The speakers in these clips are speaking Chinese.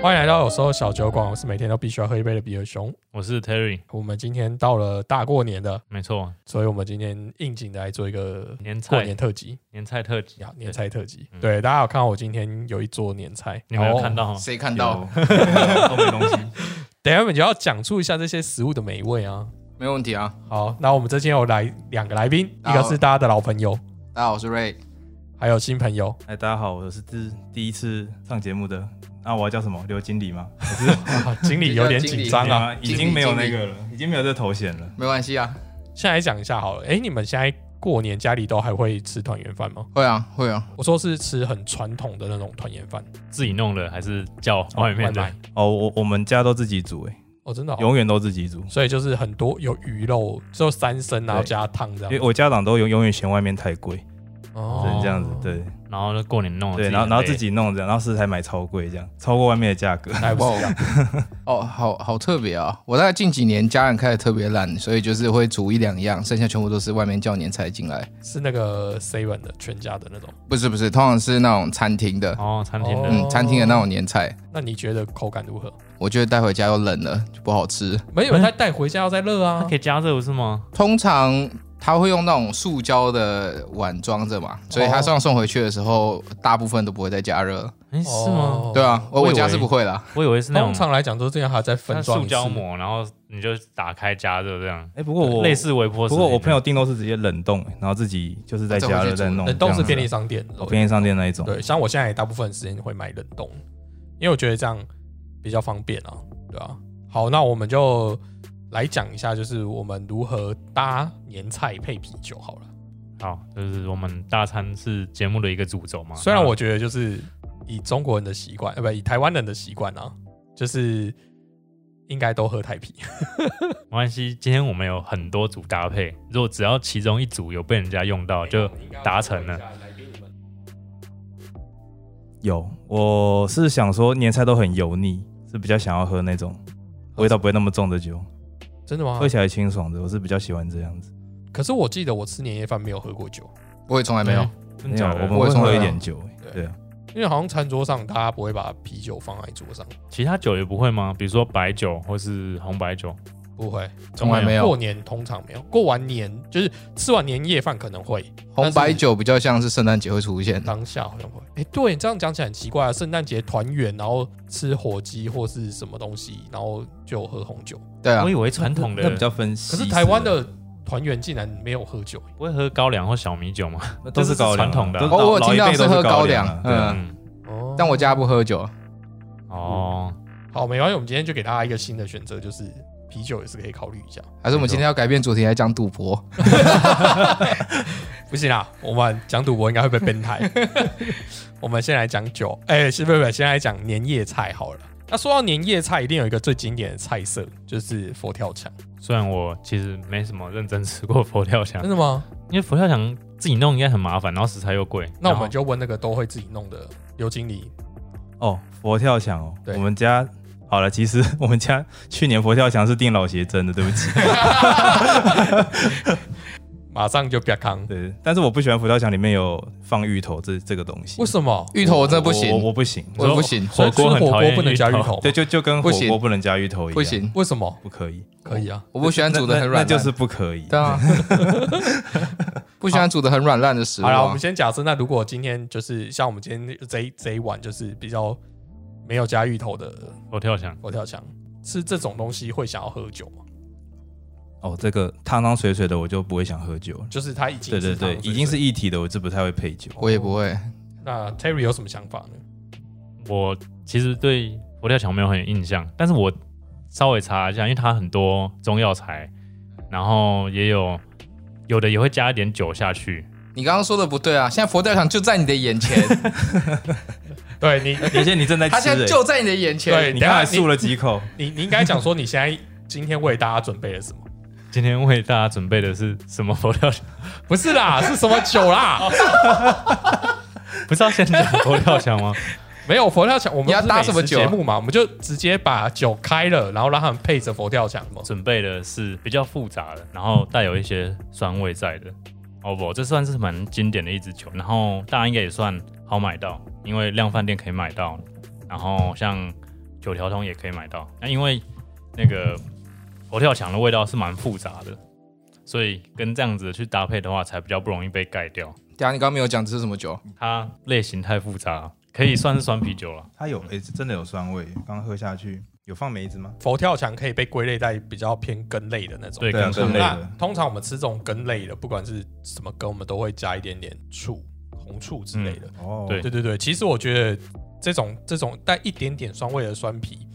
欢迎来到有时候小酒馆，我是每天都必须要喝一杯的比尔熊。我是 Terry，我们今天到了大过年的，没错，所以我们今天应景的来做一个年菜过年特辑，年菜特哦辑呀，年菜特辑。对，大家有看到我今天有一桌年菜，你们然有后看？到吗？谁看到？都没东西，等一下我们就要讲述一下这些食物的美味啊。 没问题啊。好，那我们这今天有来两个来宾，一好个是大家的老朋友，大家好，我是 Ray。还有新朋 友。哎，大家好，我是第第一次上节目的，那、我要叫什么？刘经理吗？啊经理有点紧张没有啊，啊，经理已经没有那个了，已经没有这头衔了。没关系啊，现在讲一下好了。哎，你们现在过年家里都还会吃团圆饭吗？会啊，会啊。我说是吃很传统的那种团圆饭，自己弄的还是叫外面的外？卖哦，我我们家都自己煮、哎，哦，真的、哦。永远都自己煮，所以就是很多有鱼肉，就三升，然后对加汤这因为样，我家长都永永远嫌外面太贵，只哦能这样子。，对然后就过年弄了对，很然后然后累哦自己弄这样，然后食材买超贵，这样超过外面的价格。那还不是一样 哦，好好特别啊！我大概近几年家人开的特别烂，所以就是会煮一两样，剩下全部都是外面叫年菜进来。是那个 seven 的全家的那种。不是不是，通常是那种餐厅的，哦，餐厅哦的嗯，餐厅的那种年菜，那你觉得口感如何？我觉得带回家又冷了，就不好吃。没有，嗯他带回家要再热它啊。可以加热不是吗？通常他会用那种塑胶的碗装着嘛，所以他送送回去的时候，大部分都不会再加热。哎，是吗？哦对啊，我我以我家为是不会啦。我以为是那通种常来讲都是这样，还要再分像装塑一次胶。膜，然后你就打开加热这样，哎、不过我类，似微波。不过我朋友，订都是直接冷冻、哎然后自己就是啊在家热再弄。冷冻是便利商，商店的哦，便利商店那一种。对，像我现在也大部分时间会买冷冻，因为我觉得这样比较方便啊，对啊。好，那我们就来讲一下，就是我们如何搭年菜配啤酒好了。好，就是我们大餐是节目的一个主轴嘛。虽然我觉得就是以中国人的习惯，呃，不，以台湾人的习惯啊，就是应该都喝台啤。 那没关系，今天我们有很多组搭配，如果只要其中一组有被人家用到，就达成了。有，我是想说年菜都很油腻，是比较想要喝那种味道不会那么重的酒，真的吗啊喝？起来清爽的，我是比较喜欢这样子。可是我记得我吃年夜饭没有喝过酒，我也从来没有，嗯真没假有，的我们我会也从来喝没一有点酒、对对啊，因为好像餐桌上大家不会把啤酒放在桌上，其他酒也不会吗？比如说白酒或是红白酒，不会。从来没有。过年通常没有，过完年就是吃完年夜饭可能会，红白但是酒比较像是圣诞节会出现的。当下好像会。哎、对，这样讲起来很奇怪啊！圣诞节团圆，然后吃火鸡或是什么东西，然后就喝红酒。对啊我，以为传统的那比较分析。可是台湾的团圆竟然没有喝酒、不会喝高粱或小米酒嘛。都是这是高粱传统的啊都是哦老我有老听一到辈是都喝高粱粱啊，对啊嗯嗯，哦但我家不喝酒。哦，好，没关系，我们今天就给大家一个新的选择，就是啤酒也是可以考虑一下。还是我们今天要改变主题来讲赌博？不行啦，我们讲赌博应该会被崩台。 我们先来讲酒，哎、是不是不是？先来讲年夜菜好了。那说到年夜菜，一定有一个最经典的菜色，就是佛跳墙。虽然我其实没什么认真吃过佛跳墙真，的吗？因为佛跳墙自己弄应该很麻烦，然后食材又贵。那我然后们就问那个都会自己弄的刘经理。嗯哦，佛跳墙哦，对我们家。好了，其实我们家去年佛跳墙是订老邪真的，对不起。 马上就不要扛，对，但是我不喜欢佛跳墙里面有放芋头这这个东西为，什么？芋头我真的不我我行，我不行，我不行，所以火锅吃很火讨锅厌不能加芋芋头头吗，对，就就跟不火行锅不能加芋头一样，不，行，为什么？不可以。可以啊，我不喜欢煮的那很软烂，那就是不可以。对啊， 不喜欢煮的很软烂的食物好啊。了，我们先假设，那如果今天就是像我们今天这一这一碗就是比较没有加芋头的佛跳墙，佛跳墙，吃这种东西会想要喝酒吗？哦，这个汤汤水水的我就不会想喝酒了。就是它已经对对是对，糖水哦已经是一体的，我就不太会配酒。我也不会，那 Terry 有什么想法呢？ 我其实对佛跳墙没有很有印象，但是我稍微查一下，因为它很多中药材，然后也有有的也会加一点酒下去。你刚刚说的不对啊！现在佛跳墙就在你的眼前，对你 而且你正在吃、它现在欸，就在你的眼对前。你刚才漱了几 口，你你应该讲说你现在今天为大家准备了什么？今天为大家准备的是什么佛跳墙？ 不是啦，是什么酒 啦？不是要先讲佛跳墙吗？没有佛跳墙，我们你要不是搭美什么食酒啊节目嘛？我们就直接把酒开了，然后让他们配着佛跳墙嘛。准备的是比较复杂的，然后带有一些酸味在的。哦不，这算是蛮经典的一支酒，然后大家应该也算好买到，因为量贩店可以买到。然后像九条通也可以买到。那因为那个佛跳墙的味道是蛮复杂的，所以跟这样子去搭配的话，才比较不容易被盖掉。对啊，你刚刚没有讲这是什么酒？它类型太复杂，可以算是酸啤酒了。它有诶、真的有酸味，刚喝下去有放梅子吗？佛跳墙可以被归类在比较偏根类的那种。对，对啊跟根类那的通常我们吃这种根类的，不管是什么根，我们都会加一点点醋、红醋之类的。哦，对对对对，其实我觉得这种这种带一点点酸味的酸皮，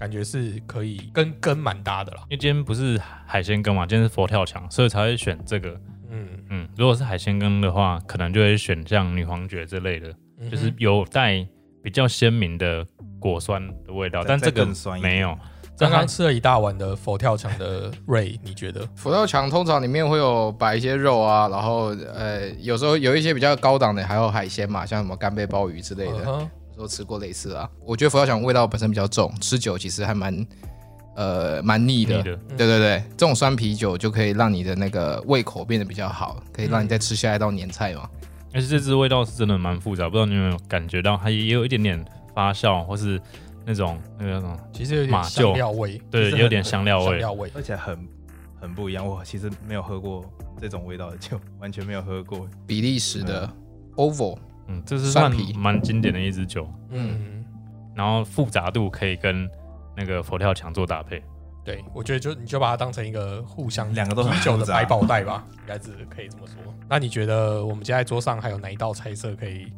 感觉是可以跟根蛮搭的啦。因为今天不是海鲜羹嘛，今天是佛跳墙，所以才会选这个。嗯，嗯，如果是海鲜羹的话，可能就会选像女皇蕨这嗯类的，嗯就是有带比较鲜明的果酸的味道，再但这再个更酸一点没有。这刚它刚吃了一大碗的佛跳墙 的 Ray，你觉得？佛跳墙通常里面会有摆一些肉啊，然后呃，有时候有一些比较高档的，还有海鲜嘛，像什么干贝鲍鱼之类的，嗯哼我都吃过类似啊。我觉得佛跳墙味道本身比较重，吃久其实还蛮呃蛮腻的腻。的对对对，这种酸啤酒就可以让你的那个胃口变得比较好，可以让你再吃下一道年菜嘛。而且这支味道是真的蛮复杂，不知道你有没有感觉到，它也有一点点发酵，或是那种那个叫什么，其实有点马香厩料味，对，就是有点很香料香味。料味。而且很很不一样。我其实没有喝过这种味道的酒，完全没有喝过。比利时的 Oval，嗯，这是算蒜皮蛮经典的一支酒，嗯，然后复杂度可以跟那个佛跳墙做搭配。对，我觉得就你就把它当成一个互相两个都很啤酒的复杂百宝袋吧，应该是可以这么说。那你觉得我们现在桌上还有哪一道菜色可以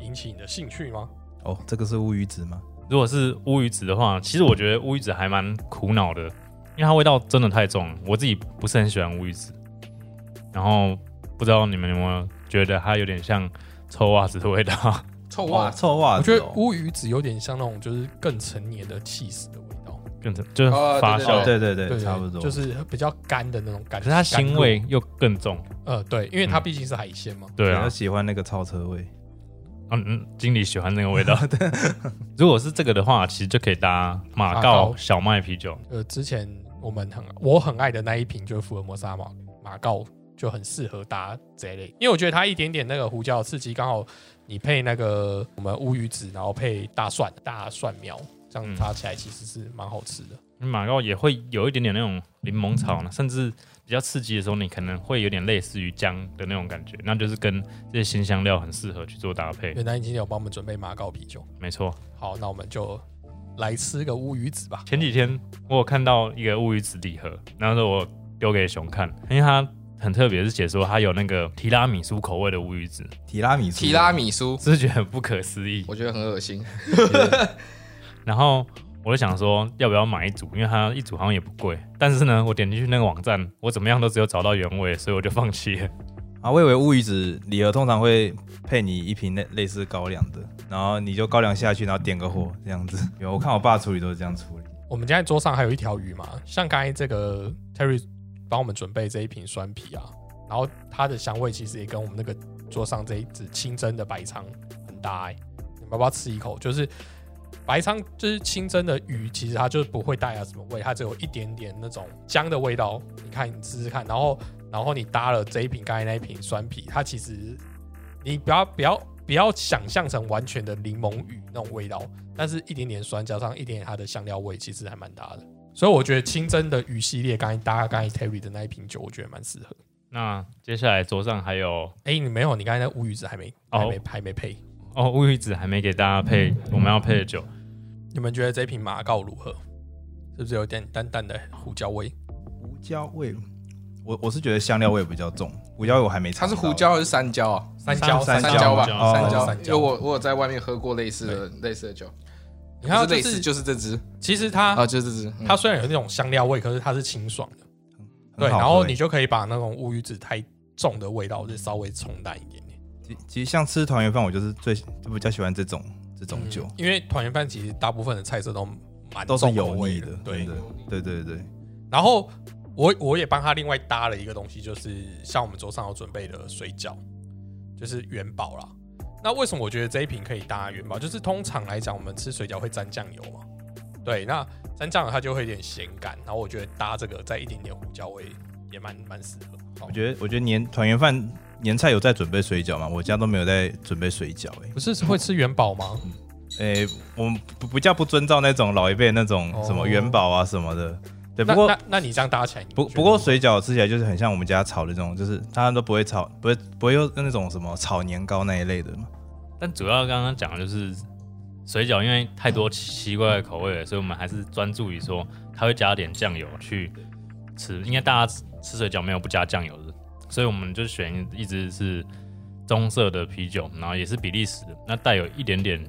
引起你的兴趣吗？哦，这个是乌鱼子吗？如果是乌鱼子的话，其实我觉得乌鱼子还蛮苦恼的，因为它味道真的太重了，我自己不是很喜欢乌鱼子。然后不知道你们有没有觉得它有点像臭袜子的味道？臭哇，臭袜我子觉哦、得乌鱼子有点像那种就是更成年的气死的味道，更就是哦发对酵，哦，对对对，对，差不多。就是比较干的那种感可觉。是它干腥入味，又更重。呃，对，因为它嗯毕竟是海鲜嘛。对啊我，喜欢那个超车味，嗯嗯，经理喜欢那个 味道。 如果是这个的话，其实就可以搭马马告告小麦啤酒。呃，之前我们很我很爱的那一瓶就是福尔摩沙嘛，马告就很适合搭这类，因为我觉得它一点点那个胡椒的刺激，刚好你配那个我们乌鱼子，然后配大蒜大蒜苗，这样嗯搭起来其实是蛮好吃的。马告也会有一点点那种柠檬草呢，甚至比较刺激的时候，你可能会有点类似于姜的那种感觉，那就是跟这些新香料很适合去做搭配。原来你今天有帮我们准备马告啤酒，没错，好，那我们就来吃个乌鱼子吧。前几天我有看到一个乌鱼子礼盒，然后我丢给熊看，因为它很特别，是写说它有那个提拉米苏口味的乌鱼子，提拉米苏，提拉米苏，是不是觉得很不可思议。我觉得很恶心。然后我就想说要不要买一组，因为它一组好像也不贵。但是呢，我点进去那个网站，我怎么样都只有找到原味，所以我就放弃了。啊，我以为乌鱼子礼盒通常会配你一瓶类类似高粱的，然后你就高粱下去，然后点个火这样子。有，我看我爸处理都是这样处理。我们现在桌上还有一条鱼嘛，像刚才这个 Terry 帮我们准备这一瓶酸啤啊，然后它的香味其实也跟我们那个桌上这一只清蒸的白鲳很搭哎、你们要不要吃一口？就是白鲳就是清蒸的鱼，其实它就是不会带来什么味，它只有一点点那种姜的味道。你看，你试试看，然后然后你搭了这一瓶刚才那一瓶酸啤，它其实你不要不要不要想象成完全的柠檬鱼那种味道，但是一点点酸加上一点点它的香料味，其实还蛮搭的。所以我觉得清蒸的鱼系列，刚才搭刚才 Terry 的那一瓶酒，我觉得蛮适合。那接下来桌上还有哎、你没有，你刚才那乌鱼子还没哦还没还没配。哦，乌鱼子还没给大家配我们要配的酒，你们觉得这瓶马告如何？是不是有点淡淡的胡椒味？胡椒味，我我是觉得香料味比较重，胡椒味我还没它尝是到。胡椒还是山椒啊？三椒，三山椒吧，哦山椒。三因为椒。我我有在外面喝过类似的类似的酒，你看，不是类就似是就是这支其实它啊，就是这支。嗯它虽然有那种香料味，可是它是清爽的。对，很好喝然后你欸就可以把那种乌鱼子太重的味道就稍微冲淡一点点。其其实像吃团圆饭，我就是最就比较喜欢这种这种酒嗯，因为团圆饭其实大部分的菜色都蛮都是重口油味腻的，对真。的对对对，然后我我也帮他另外搭了一个东西，就是像我们桌上有准备的水饺，就是元宝啦。那为什么我觉得这一瓶可以搭元宝？就是通常来讲，我们吃水饺会沾酱油嘛，对，那沾酱油它就会有点咸感，然后我觉得搭这个再一点点胡椒味也蛮蛮适合。好我觉得我觉得年团圆饭年菜有在准备水饺吗？我家都没有在准备水饺哎、不是会吃元宝吗？诶、我们不不叫不遵照那种老一辈那种哦什么元宝啊什么的。对，那不过那那你这样搭起来你觉得不呢，不过水饺吃起来就是很像我们家炒的那种，就是他都不会炒，不会不会用那种什么炒年糕那一类的嘛。但主要刚刚讲的就是水饺，因为太多奇奇怪的口味了，所以我们还是专注于说它会加点酱油去吃。应该大家吃吃水饺没有不加酱油的，所以我们就选一支是棕色的啤酒，然后也是比利时的，那带有一点点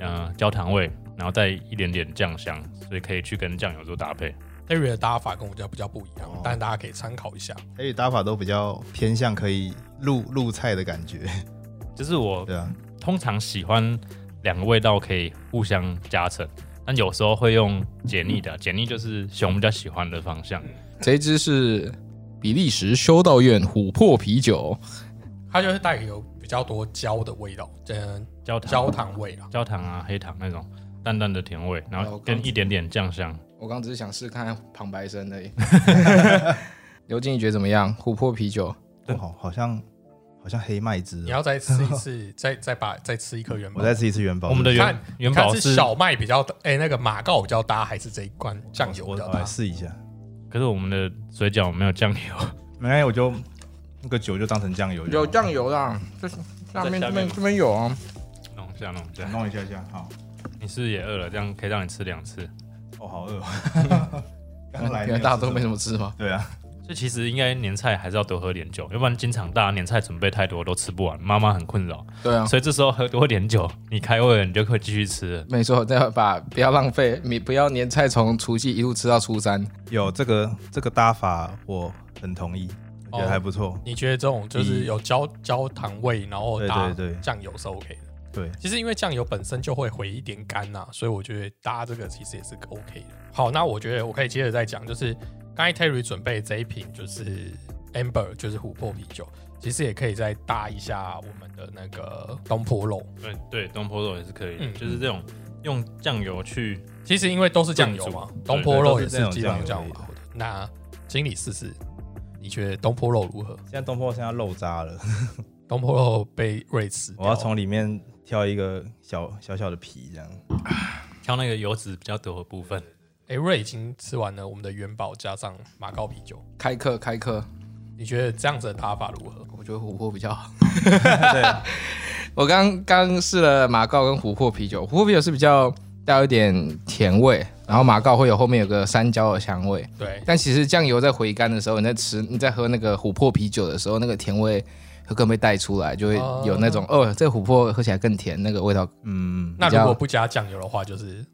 呃焦糖味，然后带一点点酱香，所以可以去跟酱油做搭配。 Terry 的搭法跟我们家比较不一样哦，但大家可以参考一下。台哎语打法都比较偏向可以入入菜的感觉，就是我对啊，通常喜欢两个味道可以互相加成，但有时候会用解腻的，解腻就是熊比较喜欢的方嗯向。这一支是比利时修道院琥珀啤酒，它就是带有比较多焦的味道，嗯，焦糖、焦、糖味啦。焦糖啊、黑糖那种淡淡的甜味，然哦我后刚跟一点点酱香。我刚只是想试看看旁白声而已。 刘经理觉得怎么样？琥珀啤酒，哇哦好好像好像黑麦汁嗯你哦，要再吃一次，再再把再吃一颗元宝我。再吃一次元宝。我们的你哦元看元看宝是是，小麦比较哎、那个马告比较搭，还是这一罐酱油比我我较我搭来？试一下，可是我们的水饺没有酱油， 没关系，我就那个酒就当成酱油，有酱油啦，就是下在面这下面边这边有 啊。弄一下弄一下。弄一下下。好，你是不是也饿了？这样可以让你吃两次。哦，好饿哦。刚来原来大家都没有吃什什么吃么。吗？对啊，所以其实应该年菜还是要多喝点酒，要不然经常大家年菜准备太多都吃不完，妈妈很困扰。对啊，所以这时候喝多点酒，你开胃了，你就可以继续吃了。没错，再把不要浪费，你不要年菜从除夕一路吃到初三。有这个这个搭法，我很同意，我觉得哦还不错。你觉得这种就是有焦焦糖味，然后搭对对对酱油是 OK 的。对，其实因为酱油本身就会回一点干呐、所以我觉得搭这个其实也是个 OK 的。好，那我觉得我可以接着再讲，就是刚才 Terry 准备这一瓶就是 Amber，就是琥珀啤酒，其实也可以再搭一下我们的那个东坡肉。对呃对，东坡肉也是可以的，嗯就是这种用酱油去其实因为都是酱油嘛，对东坡肉对也都是是基本上这酱油种酱油熬的。那经理试试，你觉得东坡肉如何？现在东坡现在漏渣了，东坡肉被瑞吃掉我要从里面挑一个小小小的皮，这样挑那个油脂比较多的部分。哎、瑞已经吃完了我们的元宝加上马告啤酒，开课开课，你觉得这样子的打法如何？我觉得琥珀比较好。 我刚刚试了马告跟琥珀啤酒，琥珀啤酒是比较带有一点甜味，然后马告会有后面有个山椒的香味。对，但其实酱油在回甘的时候，你在吃你在喝那个琥珀啤酒的时候，那个甜味会更被带出来，就会有那种哦这个琥珀喝起来更甜，那个味道。嗯，那比如较果不加酱油的话，就是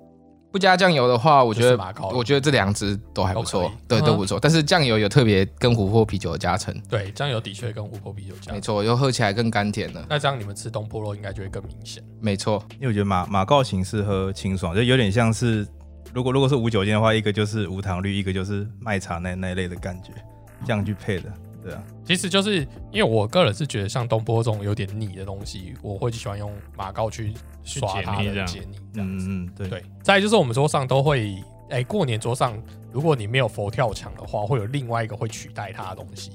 不加酱油的话，我觉就是得马告了我觉得这两支都还不错都可以，对，嗯都不错。但是酱油有特别跟琥珀啤酒的加成，对酱油的确跟琥珀啤酒加没。错，又喝起来更甘甜了，那这样你们吃东坡肉应该就会更明显。没错。因为我觉得马马告型适合清爽，就有点像是如果如果是无酒精的话，一个就是无糖绿，一个就是麦茶那那一类的感觉，这样去配的，对啊，其实就是因为我个人是觉得像东坡这种有点腻的东西，我会喜欢用马告去刷它去解腻这的样解腻。这样子，嗯嗯对，对。再来就是我们桌上都会，哎、过年桌上如果你没有佛跳墙的话，会有另外一个会取代它的东西，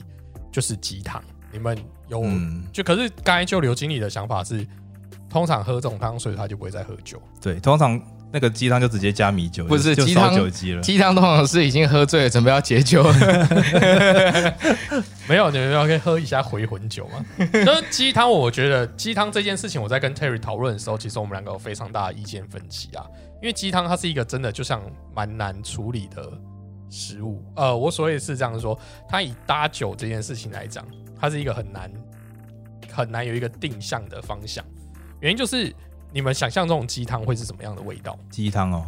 就是鸡汤。你们有、嗯就可是刚才就刘经理的想法是，通常喝这种汤，所以他就不会再喝酒。对，通常那个鸡汤就直接加米酒，不是就鸡烧汤酒鸡了，鸡汤通常是已经喝醉了，准备要解 酒了。没有，你们要可以喝一下回魂酒嘛。那鸡汤，我觉得鸡汤这件事情，我在跟 Terry 讨论的时候，其实我们两个有非常大的意见分歧啊。因为鸡汤它是一个真的就像蛮难处理的食物。呃，我所以是这样说，它以搭酒这件事情来讲，它是一个很难很难有一个定向的方向。原因就是你们想象这种鸡汤会是什么样的味道？鸡汤哦，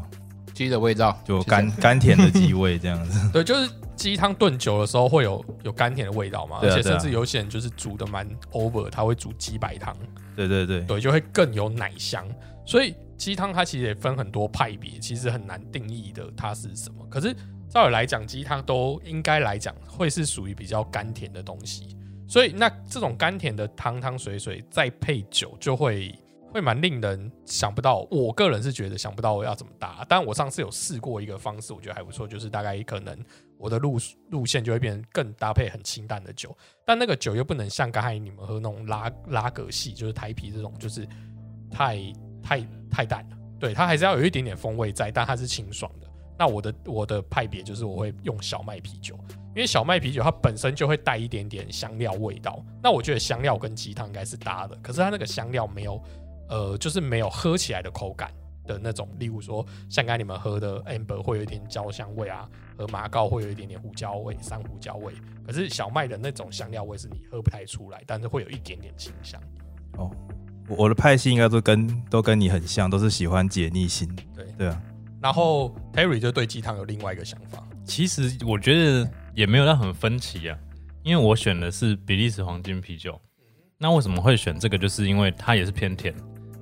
鸡的味道就其实甘甘甜的鸡味这样子， 对，就是鸡汤炖久的时候会有有甘甜的味道嘛，对啊而且对啊甚至有些人就是煮的蛮 over，他会煮鸡白汤。 对对对，对，就会更有奶香。所以鸡汤它其实也分很多派别，其实很难定义的它是什么。可是照理来讲，鸡汤都应该来讲会是属于比较甘甜的东西。所以那这种甘甜的汤汤水水再配酒，就会会蛮令人想不到。我个人是觉得想不到要怎么搭，但我上次有试过一个方式，我觉得还不错，就是大概可能我的路路线就会变成更搭配很清淡的酒，但那个酒又不能像刚才你们喝那种拉拉格系，就是台啤这种，就是太太太淡了。对，它还是要有一点点风味在，但它是清爽的。那我的我的派别就是我会用小麦啤酒，因为小麦啤酒它本身就会带一点点香料味道。那我觉得香料跟鸡汤应该是搭的，可是它那个香料没有，呃，就是没有喝起来的口感的那种。例如说，像刚才你们喝的 amber 会有一点焦香味啊，和马告会有一点点胡椒味、山胡椒味。可是小麦的那种香料味是你喝不太出来，但是会有一点点清香。哦，我我的派系应该都跟都跟你很像，都是喜欢解腻型。对对啊，然后 Terry 就对鸡汤有另外一个想法，其实我觉得也没有到很分歧啊，因为我选的是比利时黄金啤酒。那为什么会选这个？就是因为它也是偏甜，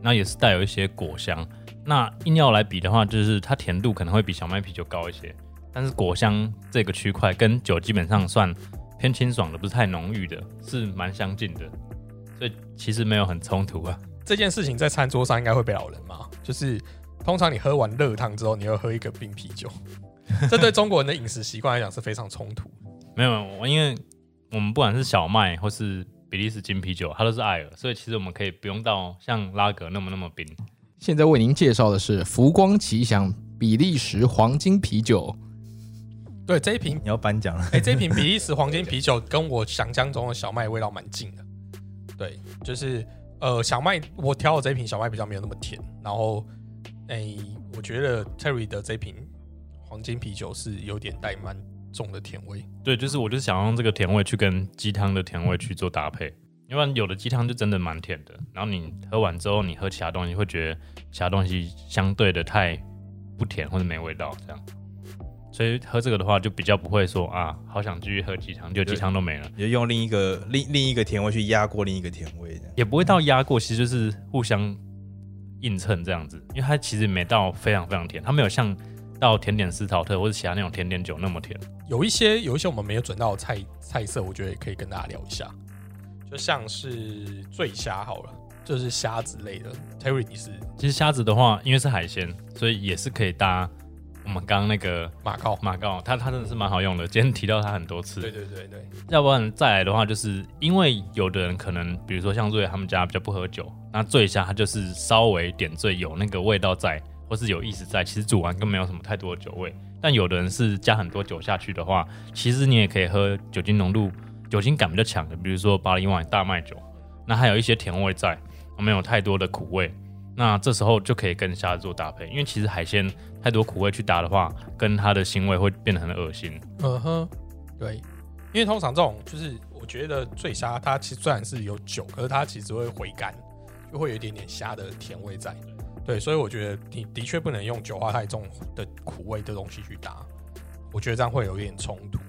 那也是带有一些果香。那硬要来比的话，就是它甜度可能会比小麦啤酒高一些，但是果香这个区块跟酒基本上算偏清爽的，不是太浓郁的，是蛮相近的，所以其实没有很冲突啊。这件事情在餐桌上应该会被老人 骂，就是通常你喝完热汤之后，你会喝一个冰啤酒，这对中国人的饮食习惯来讲是非常冲突。没有，我因为我们不管是小麦或是比利时金啤酒，它都是艾尔，所以其实我们可以不用到像拉格那么那么冰。现在为您介绍的是福光吉祥比利时黄金 啤哦酒。对这一瓶，你要颁奖了， 哎、这一瓶比利时黄金啤酒跟我想象中的小麦味道蛮近的。对，就是呃，小麦我挑的这一瓶小麦比较没有那么甜，然后哎、我觉得 Terry 的这瓶黄金啤酒是有点带蛮重的甜味。对，就是我就是想用这个甜味去跟鸡汤的甜味去做搭配，要不然有的鸡汤就真的蛮甜的，然后你喝完之后，你喝其他东西会觉得其他东西相对的太不甜或者没味道这样。所以喝这个的话，就比较不会说啊，好想继续喝鸡汤，就鸡汤都没了。你就用另一个另另一个甜味去压过另一个甜味这样。也不会到压过，其实就是互相映衬这样子，因为它其实没到非常非常甜，它没有像到甜点斯陶特或者其他那种甜点酒那么甜。有一些有一些我们没有准到的菜菜色，我觉得也可以跟大家聊一下，就像是醉虾好了，就是虾之类的。Terry，你是其实虾子的话，因为是海鲜，所以也是可以搭我们刚刚那个马告？马告，它它真的是蛮好用的，今天提到它很多次。对对对对，要不然再来的话，就是因为有的人可能，比如说像瑞他们家比较不喝酒，那醉虾它就是稍微点缀有那个味道在，或是有意思在，其实煮完更没有什么太多的酒味。但有的人是加很多酒下去的话，其实你也可以喝酒精浓度、酒精感比较强的，比如说巴黎湾大麦酒，那还有一些甜味在，没有太多的苦味。那这时候就可以跟虾子做搭配，因为其实海鲜太多苦味去搭的话，跟它的腥味会变得很恶心。嗯哼，对，因为通常这种就是我觉得醉虾它其实虽然是有酒，可是它其实会回甘，就会有一点点虾的甜味在。对，所以我觉得你的确不能用酒花太重的苦味的东西去搭，我觉得这样会有一点冲突。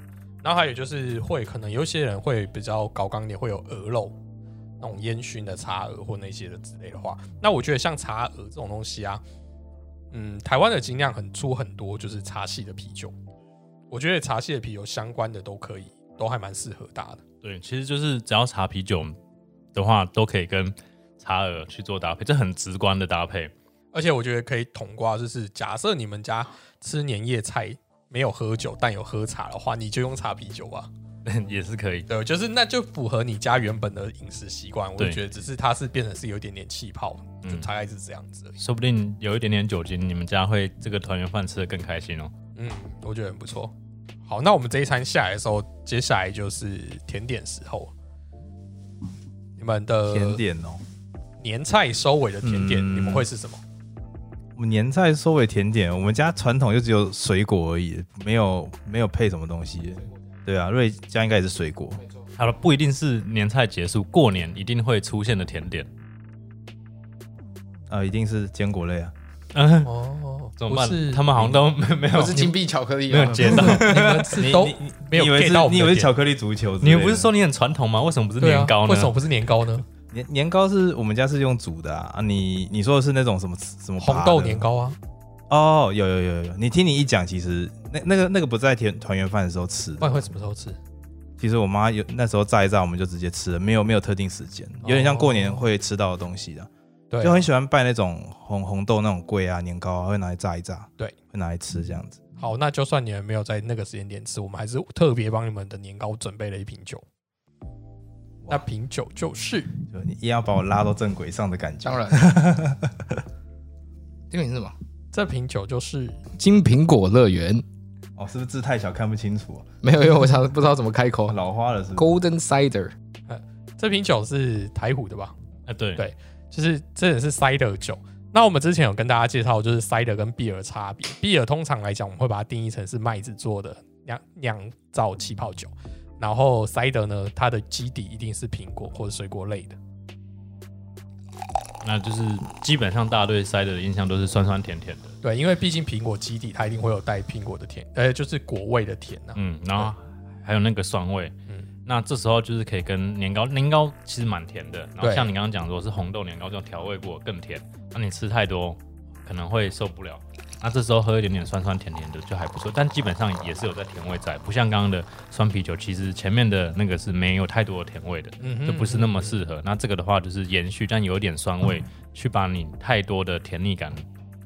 然后还有就是会可能有一些人会比较高纲一点，会有鹅肉那种烟熏的茶鹅或那些的之类的话，那我觉得像茶鹅这种东西啊，嗯，台湾的精酿很出很多就是茶系的啤酒，我觉得茶系的啤酒相关的都可以，都还蛮适合搭的。对，其实就是只要茶啤酒的话，都可以跟茶鹅去做搭配，这很直观的搭配。 而且我觉得可以统挂，就是假设你们家吃年夜菜没有喝酒，但有喝茶的话，你就用茶啤酒吧。也是可以，对，就是那就符合你家原本的饮食习惯。我就对觉得只是它是变成是有一点点气泡，就嗯大概是这样子而已。说不定有一点点酒精，你们家会这个团圆饭吃的更开心哦。嗯，我觉得很不错。好，那我们这一餐下来的时候，接下来就是甜点时候。你们的甜点哦，年菜收尾的甜点，嗯你们会是什么？我们年菜收尾甜点，我们家传统就只有水果而已，没有没有配什么东西。对啊，瑞家应该也是水果，好了，不一定是年菜结束，过年一定会出现的甜点。啊，一定是坚果类啊。嗯，哦，怎么办不是？他们好像都没没有我是金币巧克力没啊有吗，接到。 你们是都没有你以为 get 是到我们的点，你以为是巧克力足球之类你的？不是说你很传统吗？为什么不是年对糕啊？为呢？什么不是年糕呢？年年糕是我们家是用煮的啊？啊你你说的是那种什么什么红拔豆的年糕啊，哦，有有有有有，你听你一讲，其实那那个那个不在甜团圆饭的时候吃不的，然会什么时候吃？其实我妈有那时候炸一炸，我们就直接吃了，没有没有特定时间，有点像过年会吃到的东西的，对啊就，很喜欢拌那种红红豆那种桂啊年糕啊，会拿来炸一炸，对，会拿来吃这样子。好，那就算你们没有在那个时间点吃，我们还是特别帮你们的年糕准备了一瓶酒。那瓶酒就是 就你硬要把我拉到正轨上的感觉当。然。这个名字什么？这瓶酒就是金苹果乐园。哦，是不是字太小看不清楚、没有，因为我常不知道怎么开口 啊？。老花了是不是？ Golden Cider，这瓶酒是台虎的吧？啊，对对就是这也是 cider 酒。那我们之前有跟大家介绍，就是 cider 跟 beer 差别。beer 通常来讲，我们会把它定义成是麦子做的酿酿造气泡酒，然后 cider 呢，它的基底一定是苹果或者水果类的。那就是基本上大家对 cider 的印象都是酸酸甜甜的，对，因为毕竟苹果基底它一定会有带苹果的甜，呃，就是果味的甜呐、嗯，然后还有那个酸味，嗯嗯，那这时候就是可以跟年糕，年糕其实蛮甜的，然后对像你刚刚讲说是红豆年糕这种调味过更甜，那你吃太多可能会受不了，那这时候喝一点点酸酸甜甜的就还不错，但基本上也是有在甜味在，不像刚刚的酸啤酒，其实前面的那个是没有太多的甜味的，嗯嗯哼就不是那么适合。那这个的话就是延续，但有一点酸味，去把你太多的甜腻感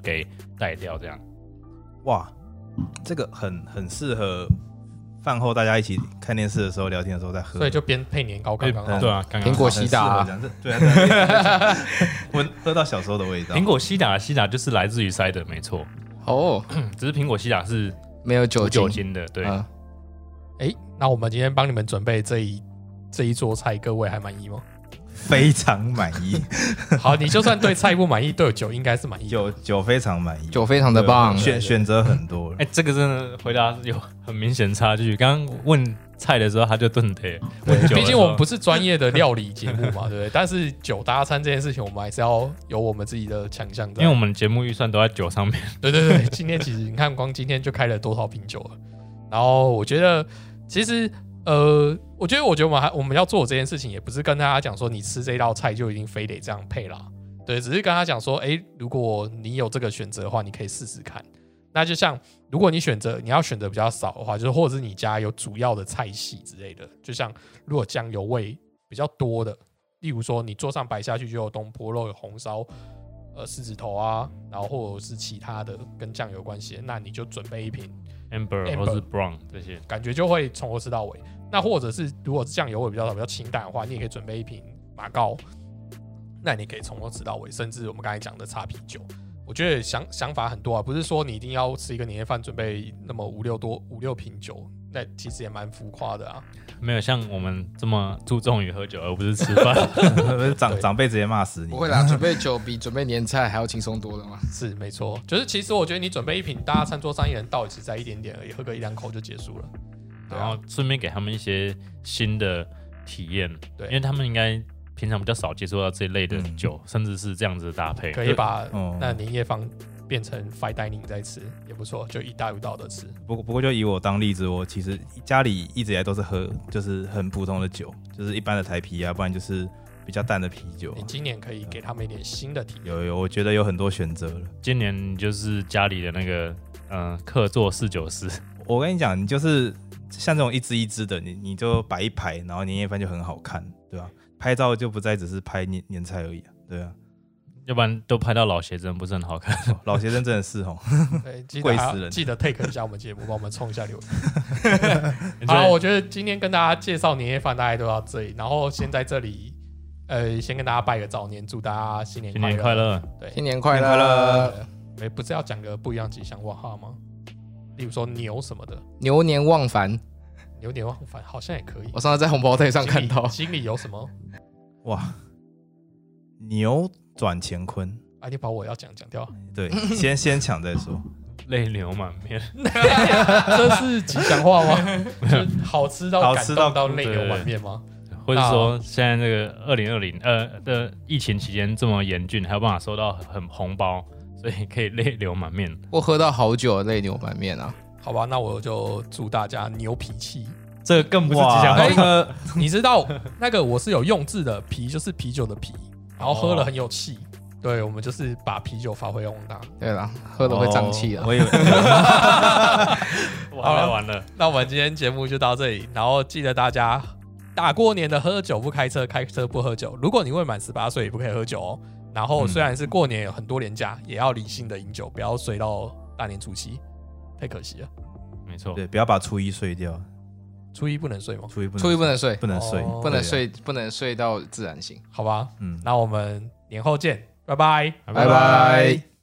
给带掉，这样。哇，这个很很适合饭后大家一起看电视的时候聊天的时候再喝，嗯所以就边配年糕刚刚好。对啊，刚刚苹好果西打啊很适合这样这对啊，闻喝到小时候的味道。苹果西打，西打就是来自于塞德，没错。嗯哦，只是苹果西打是没有无酒精，酒精的，对，啊哎、那我们今天帮你们准备这一这一桌菜，各位还满意吗？非常满意，好，你就算对菜不满意，对酒应该是满意的。酒酒非常满意，酒非常的棒对。选选择很多 了哎、。这个真的回答有很明显差距。刚刚问菜的时候他就顿的，问酒的时候，毕竟我们不是专业的料理节目嘛，对不对？但是酒搭餐这件事情，我们还是要有我们自己的强项在。因为我们节目预算都在酒上面， 对对对，今天其实你看，光今天就开了多少瓶酒了。然后我觉得，其实呃，我觉得，我觉得我们还我们要做这件事情，也不是跟大家讲说你吃这道菜就一定非得这样配啦。对，只是跟他讲说，诶，如果你有这个选择的话，你可以试试看。那就像如果你选择你要选择比较少的话，就是或者是你家有主要的菜系之类的，就像如果酱油味比较多的，例如说你桌上摆下去就有东坡肉、有红烧、呃狮子头啊，然后或者是其他的跟酱油有关系的，那你就准备一瓶， amber Amber 或是 brown 这些，感觉就会从头吃到尾。那或者是如果是酱油味比较少、比较清淡的话，你也可以准备一瓶马告，那你可以从头吃到尾，甚至我们刚才讲的茶啤酒。我觉得想想法很多啊，不是说你一定要吃一个年夜饭准备那么五六多五六瓶酒，那其实也蛮浮夸的啊。没有像我们这么注重于喝酒而不是吃饭。长对长辈直接骂死你不。会啦， 准备酒比准备年菜还要轻松多了嘛。是没错，就是其实我觉得你准备一瓶，大家餐桌上一人倒，其实才一点点而已，喝个一两口就结束了。对然啊后，顺便给他们一些新的体验，对因为他们应该平常比较少接触到这一类的酒，甚至是这样子的搭配。可以把哦那年夜饭变成 fine dining 再吃也不错，就一道一道的吃。不过不过就以我当例子，我其实家里一直以来都是喝就是很普通的酒，就是一般的台啤啊，不然就是比较淡的啤酒啊你。今年可以给他们一点新的体验。有有，我觉得有很多选择了。今年就是家里的那个呃客座侍酒师，我跟你讲，你就是像这种一支一支的，你你就摆一排，然后年夜饭就很好看，对吧、拍照就不再只是拍年年菜而已、啊，对 啊。要不然都拍到老鞋真的不是很好看。老学生真的是哦，对，哎记得贵死还要人记得 take 一下我们节目，帮我们冲一下流量。好，啊我觉得今天跟大家介绍年夜饭大概都到这里，然后先在这里，呃，先跟大家拜个早年，祝大家新年新年快乐！新年快新年快乐乐！哎，不是要讲个不一样吉祥话吗？例如说牛什么的，牛年忘返，牛年忘返好像也可以。我上次在红包袋上看到，心里心里有什么？哇，扭转乾坤，啊，你把我要讲讲掉，对，先先抢再 说。泪流满面， 这是吉祥话 吗？就是好吃到好感吃动到到泪流满面吗？或者说现在这个二零二零呃的疫情期间这么严峻，还有办法收到很红包，所以可以泪流满面。我喝到好酒，泪流满面啊！好吧，那我就祝大家牛脾气。这个更不是吉哇祥话，那个你知道那个我是有用字的，啤就是啤酒的啤，然后喝了很有气。哦对，我们就是把啤酒发挥用大。对了，喝了会胀气啊哦！我以为完哎了完了，那我们今天节目就到这里，然后记得大家大过年的喝酒不开车，开车不喝酒。如果你未满十八岁，也不可以喝酒哦。然后虽然是过年有很多年假，也要理性的饮酒，不要睡到大年初七，太可惜了。没错，对，不要把初一睡掉，初一不能睡吗？初一不能初一不能睡，不能睡，哦不能对啊，睡，不能睡到自然醒。好吧，嗯，那我们年后见，拜拜。拜拜。